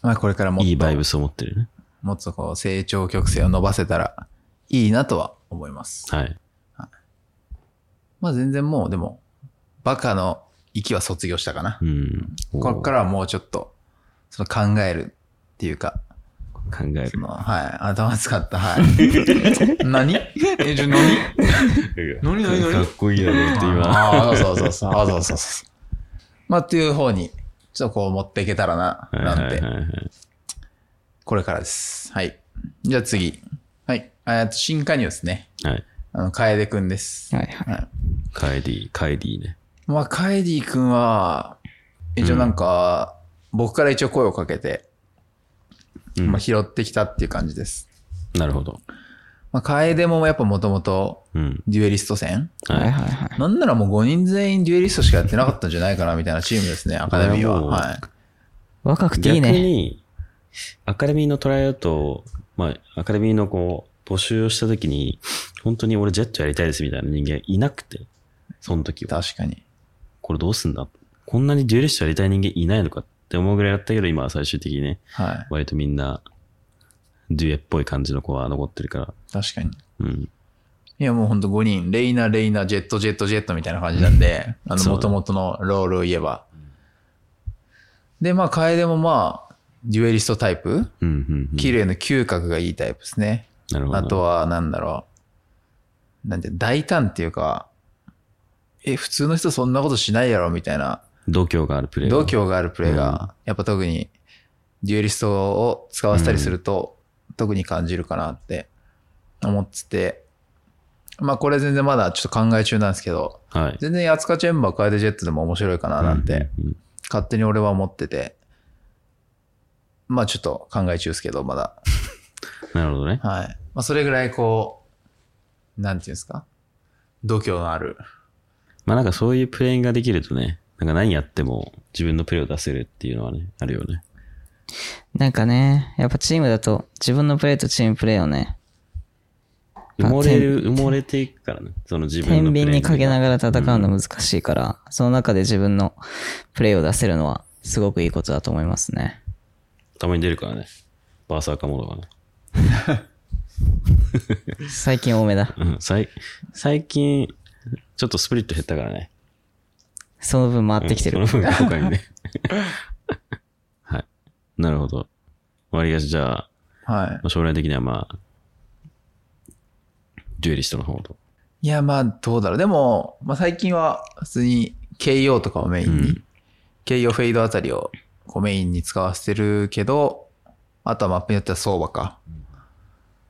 [SPEAKER 2] まあ、これからもっ
[SPEAKER 1] い、
[SPEAKER 2] と
[SPEAKER 1] いバイブスを持ってるね。
[SPEAKER 2] もっとこう成長曲線を伸ばせたらいいなとは思います。
[SPEAKER 1] はい。
[SPEAKER 2] まあ全然もうでも、バカの域は卒業したかな
[SPEAKER 1] う。ん。
[SPEAKER 2] これからはもうちょっと、その考えるっていうか、
[SPEAKER 1] 考え
[SPEAKER 2] その、はい、頭使った、はい。 何え、じゃあ何
[SPEAKER 1] る。
[SPEAKER 2] 何何何
[SPEAKER 1] かっこいいなと思って今。
[SPEAKER 2] ああ、そうそうそうそう、あそうそうそう。まあっていう方に、ちょっとこう持っていけたらな、
[SPEAKER 1] は
[SPEAKER 2] なん
[SPEAKER 1] いはい
[SPEAKER 2] て
[SPEAKER 1] はい、はい。
[SPEAKER 2] これからです。はい。じゃあ次。はい。えっと、新加入ですね。
[SPEAKER 1] はい。
[SPEAKER 2] あの、楓くんです。
[SPEAKER 3] はいはい。
[SPEAKER 2] はい。
[SPEAKER 1] カエディ、カエディね。
[SPEAKER 2] まあ、カイディ君は、一応なんか、僕から一応声をかけて、
[SPEAKER 1] うん
[SPEAKER 2] まあ、拾ってきたっていう感じです。
[SPEAKER 1] なるほど。
[SPEAKER 2] まあ、カエデもやっぱもともと
[SPEAKER 1] うん。
[SPEAKER 2] デュエリスト戦
[SPEAKER 3] は
[SPEAKER 1] はいい。
[SPEAKER 3] はいはい。
[SPEAKER 2] なんならもう5人全員デュエリストしかやってなかったんじゃないかなみたいなチームですね、アカデミー
[SPEAKER 1] あれは
[SPEAKER 2] は。
[SPEAKER 1] もう
[SPEAKER 2] はい。
[SPEAKER 3] 若くてい
[SPEAKER 1] 逆
[SPEAKER 3] いね。
[SPEAKER 1] に、アカデミーのトライアウト、まあ、アカデミーのこう、募集をしたときに、本当に俺ジェットやりたいですみたいな人間いなくて、その時は。
[SPEAKER 2] 確かに。
[SPEAKER 1] これどうすんだこんなにデュエリストやりたい人間いないのかって思うぐらいだったけど、今は最終的にね、
[SPEAKER 2] は
[SPEAKER 1] 割とみんな、デュエっぽい感じの子は残ってるから。
[SPEAKER 2] い。確かに。
[SPEAKER 1] うん。
[SPEAKER 2] いや、もうほんと5人、レイナ、レイナ、ジェット、ジェット、ジェットみたいな感じなんで、あの、
[SPEAKER 1] そう
[SPEAKER 2] もともとのロールを言えば。で、まあ、カエデもまあ、デュエリストタイプ
[SPEAKER 1] うん、うんうん。
[SPEAKER 2] 綺麗な嗅覚がいいタイプですね。
[SPEAKER 1] なるほど。
[SPEAKER 2] あとは、なんだろう。なんて、大胆っていうか、え、普通の人そんなことしないやろみたいな、
[SPEAKER 1] 度胸があるプレイ
[SPEAKER 2] 度胸があるプレーが、やっぱ特に、デュエリストを使わせたりすると、特に感じるかなって思ってて、まあこれ全然まだちょっと考え中なんですけど、
[SPEAKER 1] はい。
[SPEAKER 2] 全然八塚チェンバー、カエデジェットでも面白いかななんて、
[SPEAKER 1] うんうん
[SPEAKER 2] 勝手に俺は思ってて、まあちょっと考え中ですけど、まだ。
[SPEAKER 1] なるほどね。
[SPEAKER 2] はい。まあ、それぐらいこう、なんていうんですか度胸のある。
[SPEAKER 1] まあなんかそういうプレイングができるとね、なんか何やっても自分のプレイを出せるっていうのはね、あるよね。
[SPEAKER 3] なんかね、やっぱチームだと、自分のプレーとチームプレーをね、
[SPEAKER 1] 埋もれる、埋もれていくからね。その自分
[SPEAKER 3] 天
[SPEAKER 1] のプレイ
[SPEAKER 3] 秤にかけな
[SPEAKER 1] が
[SPEAKER 3] がら戦うの難しいから、その中で自分のプレイを出せるのはすごくいいことだと思いますね。
[SPEAKER 1] たまに出るからね。バーサーカモードがね。
[SPEAKER 3] 最近多めだ。
[SPEAKER 1] うん、最、最近、ちょっとスプリット減ったからね。
[SPEAKER 3] その分回ってきてる。
[SPEAKER 1] うんその分他にね。はい。なるほど。割りしじゃあ、
[SPEAKER 2] はい
[SPEAKER 1] ま。あ将来的にはまあ、デュエリストの方と。
[SPEAKER 2] いや、まあ、どうだろう。でも、まあ、最近は普通に KO とかをメインに、
[SPEAKER 1] うん
[SPEAKER 2] KO フェイドあたりをこうメインに使わせてるけど、あとはマップによっては相場か。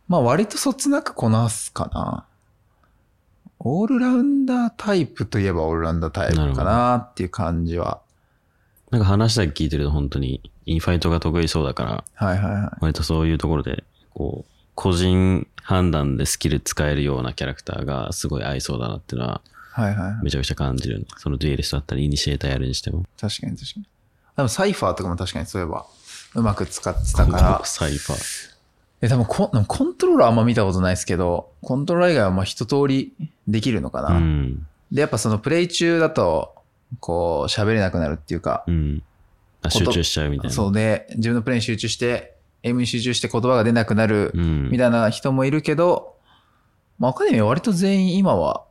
[SPEAKER 2] まあ、割とそつなくこなすかな。オールラウンダータイプといえばオールラウンダータイプかなっていう感じは。
[SPEAKER 1] なんか話だけ聞いてると本当に、インファイトが得意そうだから、
[SPEAKER 2] はいはいはい。
[SPEAKER 1] 割とそういうところで、こう、個人判断でスキル使えるようなキャラクターがすごい合いそうだなっていうのは、
[SPEAKER 2] はいはいはい。
[SPEAKER 1] めちゃくちゃ感じるね。そのデュエリストだったり、イニシエーターやるにしても。
[SPEAKER 2] 確かに確かに。でもサイファーとかも確かにそういえば、うまく使ってたから。
[SPEAKER 1] サイファー。
[SPEAKER 2] え、多分コンでもコントローラーあんま見たことないですけど、コントローラー以外はまあ一通りできるのかな。
[SPEAKER 1] うん。
[SPEAKER 2] で、やっぱそのプレイ中だと、こう喋れなくなるっていうか、
[SPEAKER 1] うん。あ
[SPEAKER 2] こと
[SPEAKER 1] 集中しちゃうみたいな。
[SPEAKER 2] そうで、自分のプレイに集中して、エムに集中して言葉が出なくなる
[SPEAKER 1] う、ん。
[SPEAKER 2] みたいな人もいるけど、まあアカデミーは割と全員今は、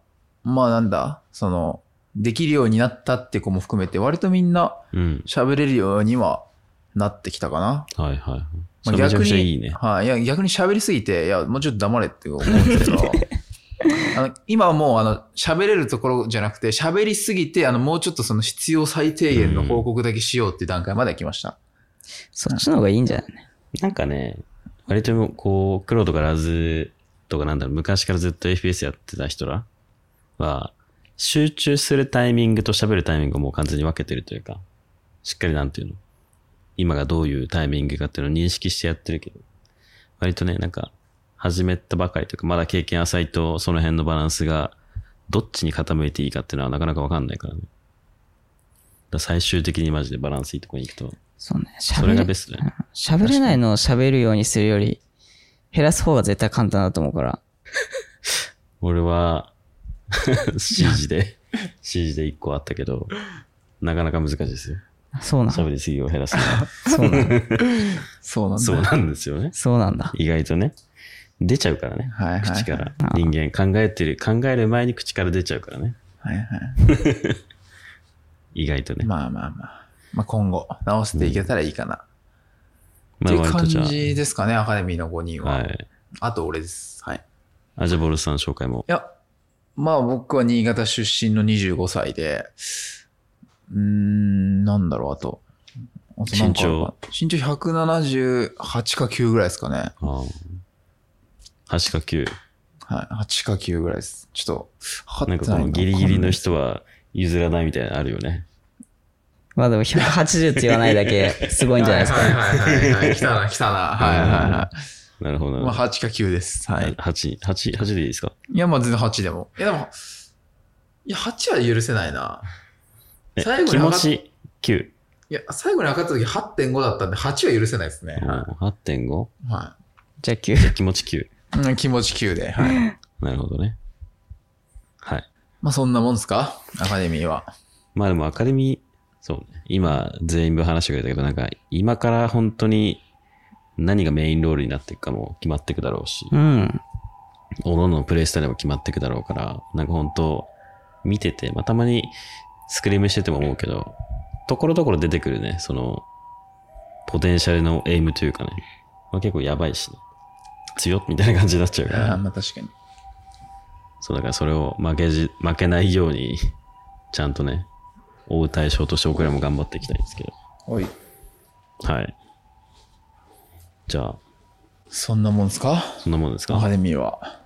[SPEAKER 2] まあなんだ、その、できるようになったって子も含めて、割とみんな
[SPEAKER 1] うん。
[SPEAKER 2] 喋れるようにはなってきたかな。
[SPEAKER 1] はいはい。そ
[SPEAKER 2] まあ
[SPEAKER 1] れめちゃくちゃいいね。
[SPEAKER 2] はい。いや、逆に喋りすぎて、いや、もうちょっと黙れって思うんですけど、 あの今はもう、あの、喋れるところじゃなくて、喋りすぎて、あの、もうちょっとその必要最低限の報告だけしようっていう段階まで来ました。
[SPEAKER 3] そっちの方がいいんじゃない
[SPEAKER 1] なんかね、割とこう、黒とかラズとかなんだろう、昔からずっと FPS やってた人らは、集中するタイミングと喋るタイミングをもう完全に分けてるというか、しっかりなんていうの、今がどういうタイミングかっていうのを認識してやってるけど、割とね、なんか、始めたばかりというか、まだ経験浅いと、その辺のバランスが、どっちに傾いていいかっていうのはなかなかわかんないからね。だから最終的にマジでバランスいいとこに行くと、
[SPEAKER 3] そうね。
[SPEAKER 1] そ
[SPEAKER 3] 喋
[SPEAKER 1] れが
[SPEAKER 3] れ
[SPEAKER 1] ベストだよね。
[SPEAKER 3] 喋れないのを喋るようにするより、減らす方が絶対簡単だと思うから。
[SPEAKER 1] 俺 は CG で CG で1個あったけどなかなか難しいですよ
[SPEAKER 3] そうなん。そ
[SPEAKER 1] 喋りすぎを減らすのは
[SPEAKER 3] うなん。
[SPEAKER 2] そうなんだ。
[SPEAKER 1] そうなんですよね
[SPEAKER 3] そうなんだ。
[SPEAKER 1] 意外とね出ちゃうからね
[SPEAKER 2] はいはいはい
[SPEAKER 1] 口から人間考えてる考える前に口から出ちゃうからね
[SPEAKER 2] はいはい。
[SPEAKER 1] 意外とね
[SPEAKER 2] まあまあまあ。まあ今後、直していけたらいいかな。
[SPEAKER 1] まあ
[SPEAKER 2] っていう
[SPEAKER 1] 割と
[SPEAKER 2] 感
[SPEAKER 1] じゃ
[SPEAKER 2] じですかね、アカデミーの5人
[SPEAKER 1] あ
[SPEAKER 2] は。
[SPEAKER 1] はい
[SPEAKER 2] あと俺です。はい。
[SPEAKER 1] アジャボルさん紹介も
[SPEAKER 2] いや、まあ僕は新潟出身の25歳で、うーん、なんだろう、あと。あとなんかあるか身長178か9ぐらいですかね。
[SPEAKER 1] ああ8か9
[SPEAKER 2] はい、8か9ぐらいです。ちょっと、
[SPEAKER 1] なん
[SPEAKER 2] 測って
[SPEAKER 1] か
[SPEAKER 2] な
[SPEAKER 1] こ
[SPEAKER 2] い
[SPEAKER 1] の
[SPEAKER 2] な
[SPEAKER 1] ギリギリの。人は譲らないみたいなのあるよね
[SPEAKER 3] まあでも180って言わないだけすごいんじゃないですか。
[SPEAKER 2] はいはいはいはいはい。来たな、来たな。はいはいは
[SPEAKER 1] なるほど
[SPEAKER 2] い。
[SPEAKER 1] な
[SPEAKER 2] まあ8か9です。はい。
[SPEAKER 1] 8 8 8でいいですか
[SPEAKER 2] いや、まあ全然8でも。いやでも、いや、8は許せないな。
[SPEAKER 1] え
[SPEAKER 2] 最後
[SPEAKER 1] 気
[SPEAKER 2] に
[SPEAKER 1] 持
[SPEAKER 2] 測っ
[SPEAKER 1] ち9
[SPEAKER 2] いや、最後に測った時8.5だったんで、8は許せないですね。は
[SPEAKER 1] おー 8.5?
[SPEAKER 2] いは
[SPEAKER 3] じゃあ9。
[SPEAKER 1] 気持ち9。
[SPEAKER 2] い。うん気持ち9で。はい。
[SPEAKER 1] なるほどね。はい。
[SPEAKER 2] まあそんなもんですかアカデミーは。
[SPEAKER 1] まあでもアカデミー、そうね。今、全部話してくれたけど、なんか、今から本当に何がメインロールになっていくかも決まっていくだろうし、
[SPEAKER 3] うん。
[SPEAKER 1] おのおののプレイスタイルも決まっていくだろうから、なんか本当、見てて、まあたまにスクリームしてても思うけど、ところどころ出てくるね、その、ポテンシャルのエイムというかね、まあ、結構やばいし、ね、強っみたいな感じになっちゃうから
[SPEAKER 2] あ、まあ確かに。
[SPEAKER 1] そう、だからそれを負けじ、負けないように、ちゃんとね、追う対象として僕らも頑張っていきたいんですけど。
[SPEAKER 2] おい。
[SPEAKER 1] はい。じゃあ、
[SPEAKER 2] そんなもんですか
[SPEAKER 1] そんなもんですか
[SPEAKER 2] アカ
[SPEAKER 1] はい。
[SPEAKER 2] デミーは。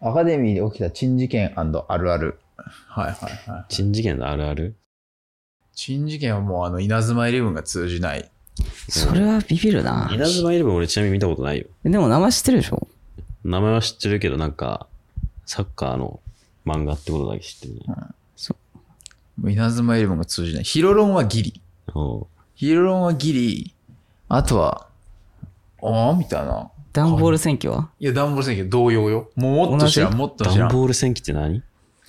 [SPEAKER 2] アカデミーで起きた珍事件あるある。はいはいはい。
[SPEAKER 1] 珍事件のあるある
[SPEAKER 2] 珍事件はもうあの、稲妻イレブンが通じない。
[SPEAKER 3] それはビビるな。
[SPEAKER 1] 稲妻イレブン俺ちなみに見たことないよ。
[SPEAKER 3] でも名前知ってるでしょ
[SPEAKER 1] 名前は知ってるけど、なんか、サッカーの漫画ってことだけ知ってるね。
[SPEAKER 2] もう稲妻イレブンが通じない。ヒロロンはギリ。
[SPEAKER 1] おう
[SPEAKER 2] ヒロロンはギリ。あとは、ああみたいな。
[SPEAKER 3] ダンボール選挙はい
[SPEAKER 2] や、ダンボール選挙同様よ。もうもっと知らん、
[SPEAKER 3] 同
[SPEAKER 2] もっと知
[SPEAKER 1] ダ
[SPEAKER 2] ら
[SPEAKER 1] ン
[SPEAKER 2] ん。
[SPEAKER 1] ボール戦記って何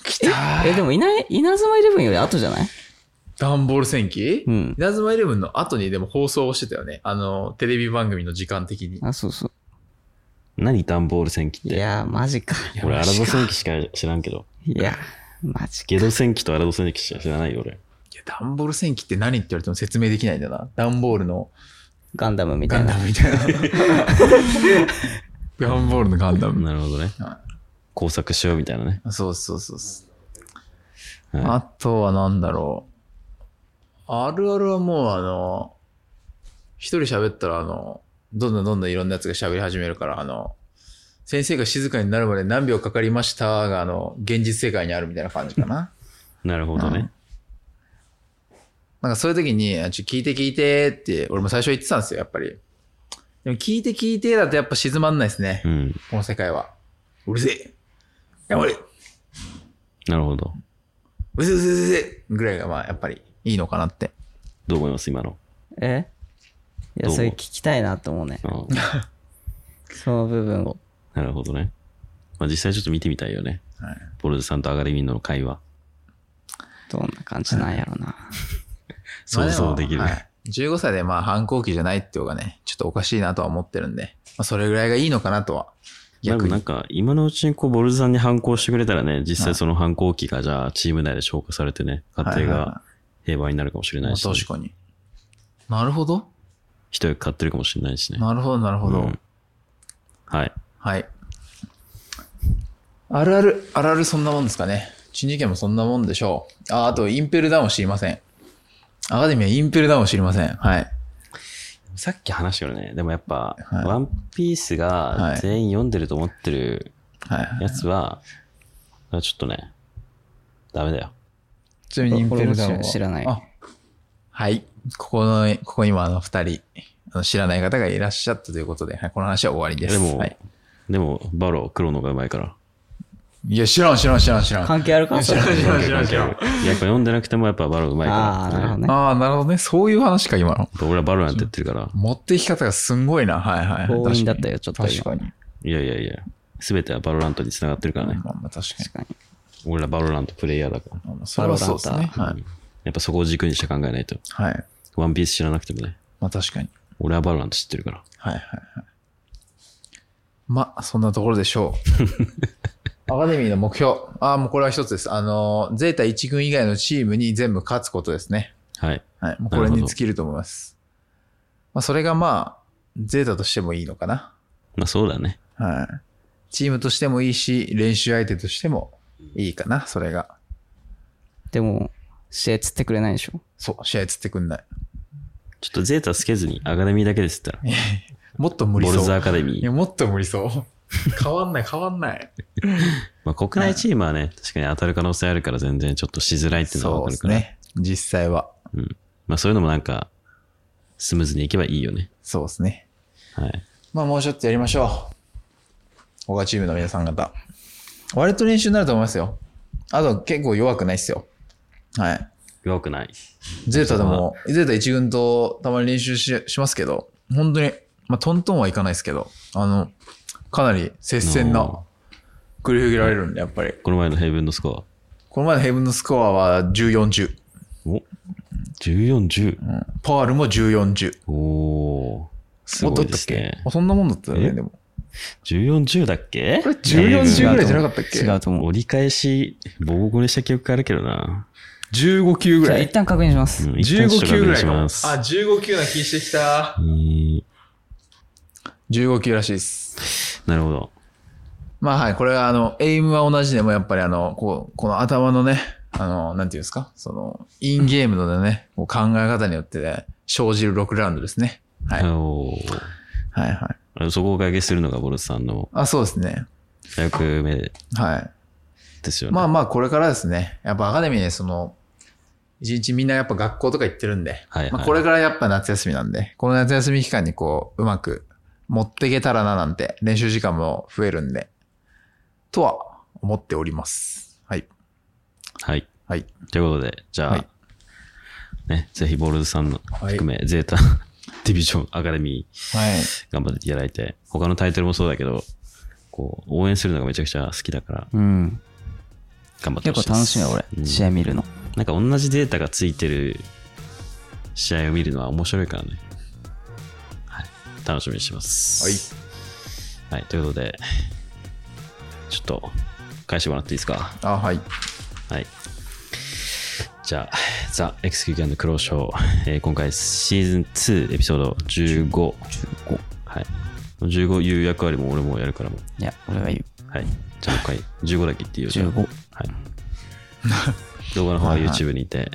[SPEAKER 2] 来たー
[SPEAKER 3] え、でも、いない、稲妻イレブンより後じゃない
[SPEAKER 2] ダンボール戦記
[SPEAKER 3] うん
[SPEAKER 2] 稲妻イレブンの後にでも放送をしてたよね。あの、テレビ番組の時間的に。
[SPEAKER 3] あ、そうそう。
[SPEAKER 1] 何ダンボール戦記っ
[SPEAKER 3] い
[SPEAKER 1] て。
[SPEAKER 3] やー、マジか。
[SPEAKER 2] いや
[SPEAKER 1] 俺、アラ
[SPEAKER 2] マジ
[SPEAKER 1] ド
[SPEAKER 2] か
[SPEAKER 1] 戦記しか知らんけど。
[SPEAKER 3] いや、マジか。
[SPEAKER 1] ゲド戦記とアラド戦記しか知らないよ、俺。
[SPEAKER 2] いや、ダンボール戦記って何って言われても説明できないんだな。ダンボールの
[SPEAKER 3] ガンダムみた
[SPEAKER 2] ガ
[SPEAKER 3] い
[SPEAKER 2] ン
[SPEAKER 3] な
[SPEAKER 2] ダ。ムみたいな。 ダンボールのガンダム。
[SPEAKER 1] なるほどね
[SPEAKER 2] は。
[SPEAKER 1] 工作しようみたいなね。
[SPEAKER 2] そうそうそうそう。
[SPEAKER 1] は
[SPEAKER 2] あとは何だろう。あるあるはもうあの、一人喋ったらあの、どんどんどんどんいろんなやつが喋り始めるから、あの、先生が静かになるまで何秒かかりましたが、あの、現実世界にあるみたいな感じかな。
[SPEAKER 1] いなるほどね。
[SPEAKER 2] なんかそういう時に、あちょ、聞いて聞いてって、俺も最初言ってたんですよ、やっぱり。でも、聞いて聞いてだとやっぱ静まんないですね、
[SPEAKER 1] うん。
[SPEAKER 2] この世界は。うるせえ黙れ
[SPEAKER 1] なるほど。
[SPEAKER 2] うるせえうるせえうるせえぐらいが、まあ、やっぱりいいのかなって。
[SPEAKER 1] どう思います、今の。
[SPEAKER 3] えい
[SPEAKER 1] ど
[SPEAKER 3] や、
[SPEAKER 1] うも
[SPEAKER 3] それ聞きたいなと思うね。
[SPEAKER 1] うん
[SPEAKER 3] その部分を。
[SPEAKER 1] なるほどね。まあ、実際ちょっと見てみたいよね。
[SPEAKER 2] はい
[SPEAKER 1] ボルズさんとアガリミンの会話。
[SPEAKER 3] どんな感じなんやろな。
[SPEAKER 1] 想像できる
[SPEAKER 2] まあもはい15歳でまあ反抗期じゃないっていうのがね、ちょっとおかしいなとは思ってるんで、まあ、それぐらいがいいのかなとは。
[SPEAKER 1] でも
[SPEAKER 2] 逆
[SPEAKER 1] なん
[SPEAKER 2] に。
[SPEAKER 1] か、今のうちにこう、ボルズさんに反抗してくれたらね、実際その反抗期が、じゃあ、チーム内で消化されてね、家
[SPEAKER 2] は
[SPEAKER 1] 庭
[SPEAKER 2] いはい
[SPEAKER 1] が
[SPEAKER 2] は
[SPEAKER 1] 平和になるかもしれ
[SPEAKER 2] いま
[SPEAKER 1] な
[SPEAKER 2] あ
[SPEAKER 1] いし、
[SPEAKER 2] 確かに。なるほど。
[SPEAKER 1] 一役買ってるかもしれないしね。
[SPEAKER 2] なるほど、なるほど。
[SPEAKER 1] うんはい。
[SPEAKER 2] はい。あるある、あるあるそんなもんですかね。珍事件もそんなもんでしょう。あ、あと、インペルダウン知りません。アカデミーはインペルダウン知りません。はい。
[SPEAKER 1] さっき話したよね。でもやっぱ、
[SPEAKER 2] はい
[SPEAKER 1] ワンピースが全員読んでると思ってる
[SPEAKER 2] はい。
[SPEAKER 1] やつは、ちょっとね、ダメだよ。
[SPEAKER 2] ちなみにインペルダウン
[SPEAKER 3] これ
[SPEAKER 2] は
[SPEAKER 3] も知らない
[SPEAKER 2] あはい。ここの、ここにもあの二人、あの知らない方がいらっしゃったということで、はい、この話は終わりです。
[SPEAKER 1] でも、
[SPEAKER 2] はい、
[SPEAKER 1] でも、バロ、黒の方がうまいから。
[SPEAKER 2] いや、知らん、知らん、知らん、知らん。
[SPEAKER 3] 関係あるかそれ
[SPEAKER 2] 知らん、知らん、知ら
[SPEAKER 1] や
[SPEAKER 2] ん
[SPEAKER 1] っ。ぱ読んでなくてもやっぱバロうまいから。
[SPEAKER 3] ああ、なるほど
[SPEAKER 1] ね。
[SPEAKER 3] ね。
[SPEAKER 2] ああ、なるほどね。そういう話か、今の。
[SPEAKER 1] 俺はバロなんて言ってるから。
[SPEAKER 2] 持っていき方がすんごいな。はいはい。
[SPEAKER 3] 強引だったよちょっと今
[SPEAKER 2] 確かに。
[SPEAKER 1] いやいやいや。すべてはバロラントに繋がってるからね。
[SPEAKER 2] まあまあ、確かに。
[SPEAKER 3] 確かに。
[SPEAKER 1] 俺らバロラントプレイヤーだから。
[SPEAKER 2] まあまあそれはそうですね。はい。
[SPEAKER 1] やっぱそこを軸にして考えないと。
[SPEAKER 2] はい。
[SPEAKER 1] ワンピース知らなくてもね。
[SPEAKER 2] まあ確かに。
[SPEAKER 1] 俺はバロラント知ってるから。
[SPEAKER 2] はいはいはい。まあ、そんなところでしょ う。アカデミーの目標。ああ、もうこれは一つです。あの、ゼータ1軍以外のチームに全部勝つことですね。
[SPEAKER 1] はい。
[SPEAKER 2] はい。もうこれに尽きると思います。まあ、それがまあ、ゼータとしてもいいのかな。
[SPEAKER 1] まあそうだね。
[SPEAKER 2] はい。チームとしてもいいし、練習相手としてもいいかな、それが。
[SPEAKER 3] でも、試合つってくれないでしょ。
[SPEAKER 2] そう、試合つってくんない。
[SPEAKER 1] ちょっとゼータつけずにアカデミーだけですったら。
[SPEAKER 2] もっと無理
[SPEAKER 1] ボ
[SPEAKER 2] そう。
[SPEAKER 1] ルズアカデミ
[SPEAKER 2] いや、
[SPEAKER 1] ー。
[SPEAKER 2] もっと無理そう。変わんない、変わんない。
[SPEAKER 1] まあ国内チームはね、確かに当たる可能性あるから全然ちょっとしづらいっていうのは
[SPEAKER 2] そう
[SPEAKER 1] わか
[SPEAKER 2] で
[SPEAKER 1] る
[SPEAKER 2] す
[SPEAKER 1] から。
[SPEAKER 2] ね。実際は。
[SPEAKER 1] うん。まあそういうのもなんか、スムーズにいけばいいよね。
[SPEAKER 2] そうですね。
[SPEAKER 1] はい。
[SPEAKER 2] まあもうちょっとやりましょう。オガチームの皆さん方。割と練習になると思いますよ。あと結構弱くないっすよ。はい。
[SPEAKER 1] 弱くない。
[SPEAKER 2] ゼータでも、ゼータ一軍とたまに練習ししますけど、本当に、まあトントンはいかないですけど、あの、かなり接戦
[SPEAKER 1] うん
[SPEAKER 2] な、繰り広げられるんで、やっぱり。
[SPEAKER 1] この前のヘイブンのスコ
[SPEAKER 2] この前のヘイブンのスコアは14、10。
[SPEAKER 1] ア。お ?14、10。
[SPEAKER 2] うんパールも14、10。
[SPEAKER 1] おー。す
[SPEAKER 2] お
[SPEAKER 1] ご
[SPEAKER 2] ど
[SPEAKER 1] いうで
[SPEAKER 2] だっ
[SPEAKER 1] す
[SPEAKER 2] け
[SPEAKER 1] ね
[SPEAKER 2] あ。そんなもんだったよね、
[SPEAKER 1] え
[SPEAKER 2] でも。
[SPEAKER 1] 14、10だっけ
[SPEAKER 2] これ14、10ぐらいじゃなかったっけ
[SPEAKER 3] 違うと思う。
[SPEAKER 1] 折り返し、ボコボコにした記憶があるけどな。
[SPEAKER 2] 15球ぐ
[SPEAKER 3] じゃ
[SPEAKER 2] ら
[SPEAKER 3] あ
[SPEAKER 2] い
[SPEAKER 3] 一。旦確認しま
[SPEAKER 1] う
[SPEAKER 3] す。
[SPEAKER 1] ん、一旦ちょっ
[SPEAKER 2] 15
[SPEAKER 1] と
[SPEAKER 2] 球
[SPEAKER 1] 確
[SPEAKER 2] ぐ
[SPEAKER 1] 認
[SPEAKER 2] らい
[SPEAKER 1] し
[SPEAKER 2] かも。あ、
[SPEAKER 1] ます。
[SPEAKER 2] 15球な気してきた
[SPEAKER 1] う。ーん
[SPEAKER 2] 15球らしいです。
[SPEAKER 1] なるほど。
[SPEAKER 2] まあはい、これはあの、エイムは同じでもやっぱりあの、こう、この頭のね、あの、なんていうんですか、その、インゲームのね、こう考え方によってね、生じる6ラウンドですね。はい。
[SPEAKER 1] あのー
[SPEAKER 2] はいはい。
[SPEAKER 1] あのそこを解決するのがボルトさんの
[SPEAKER 2] あ、そうですね。
[SPEAKER 1] 役目
[SPEAKER 2] はい。
[SPEAKER 1] ですよね。
[SPEAKER 2] まあまあ、これからですね。やっぱアカデミーね、その、一日みんなやっぱ学校とか行ってるんで、
[SPEAKER 1] はいはい
[SPEAKER 2] まあ、これからやっぱ夏休みなんで、この夏休み期間にこう、うまく持っていけたらななんて、練習時間も増えるんで、とは思っております。はい。
[SPEAKER 1] はい。
[SPEAKER 2] はい。
[SPEAKER 1] ということで、じゃあ、
[SPEAKER 2] はい
[SPEAKER 1] ね、ぜひボルズさんの
[SPEAKER 2] い
[SPEAKER 1] 含め、ゼータ、ディビジョン、アカデミー、
[SPEAKER 2] はい。
[SPEAKER 1] 頑張っていただいて、他のタイトルもそうだけど、こう、応援するのがめちゃくちゃ好きだから、
[SPEAKER 3] うん。
[SPEAKER 1] 頑張って
[SPEAKER 3] 結
[SPEAKER 1] ほしいで
[SPEAKER 3] 構
[SPEAKER 1] す
[SPEAKER 3] 楽しみよ、俺、
[SPEAKER 1] うん
[SPEAKER 3] 試合見るの。
[SPEAKER 1] なんか同じデータがついてる試合を見るのは面白いからね。はい。楽しみにしてます。はい。ということで、ちょっと、返してもらっていいですか。
[SPEAKER 2] あ、はい。
[SPEAKER 1] はい。じゃあ、ザ・エクスキューキャンド・クローショー、えー今回シーズン2エピソード15。15。はい。15言う役割も俺もやるからもう。
[SPEAKER 3] いや、俺が言う。
[SPEAKER 1] はい。じゃあもう一回15だけ言っていいよ。じゃあ
[SPEAKER 3] 15
[SPEAKER 1] はい。 動画の方は
[SPEAKER 2] はいはい
[SPEAKER 1] YouTube にて、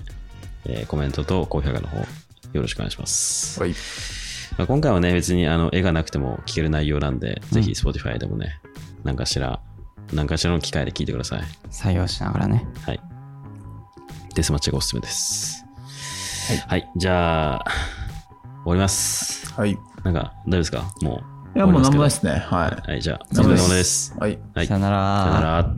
[SPEAKER 1] えーコメントと高評価の方、よろしくお願いします。
[SPEAKER 2] はい。
[SPEAKER 1] まあ、今回はね、別にあの絵がなくても聞ける内容なんで、ぜひ Spotify でもね、何かしら、何かしらの機会で聞いてください。
[SPEAKER 3] 採用しながらね。
[SPEAKER 1] はい。デスマッチがおすすめです。はい。じゃあ、終わります。
[SPEAKER 2] はい。い
[SPEAKER 1] なんか、大丈夫ですかもう。
[SPEAKER 2] や、もうなんもない
[SPEAKER 1] で
[SPEAKER 2] ですすね。はい
[SPEAKER 1] けど。はい、じゃあ、お
[SPEAKER 2] なん
[SPEAKER 1] 疲
[SPEAKER 2] も
[SPEAKER 1] れ
[SPEAKER 2] ないっす
[SPEAKER 1] 様です。
[SPEAKER 2] はい。
[SPEAKER 1] はい。
[SPEAKER 3] さよなら
[SPEAKER 1] さよなら。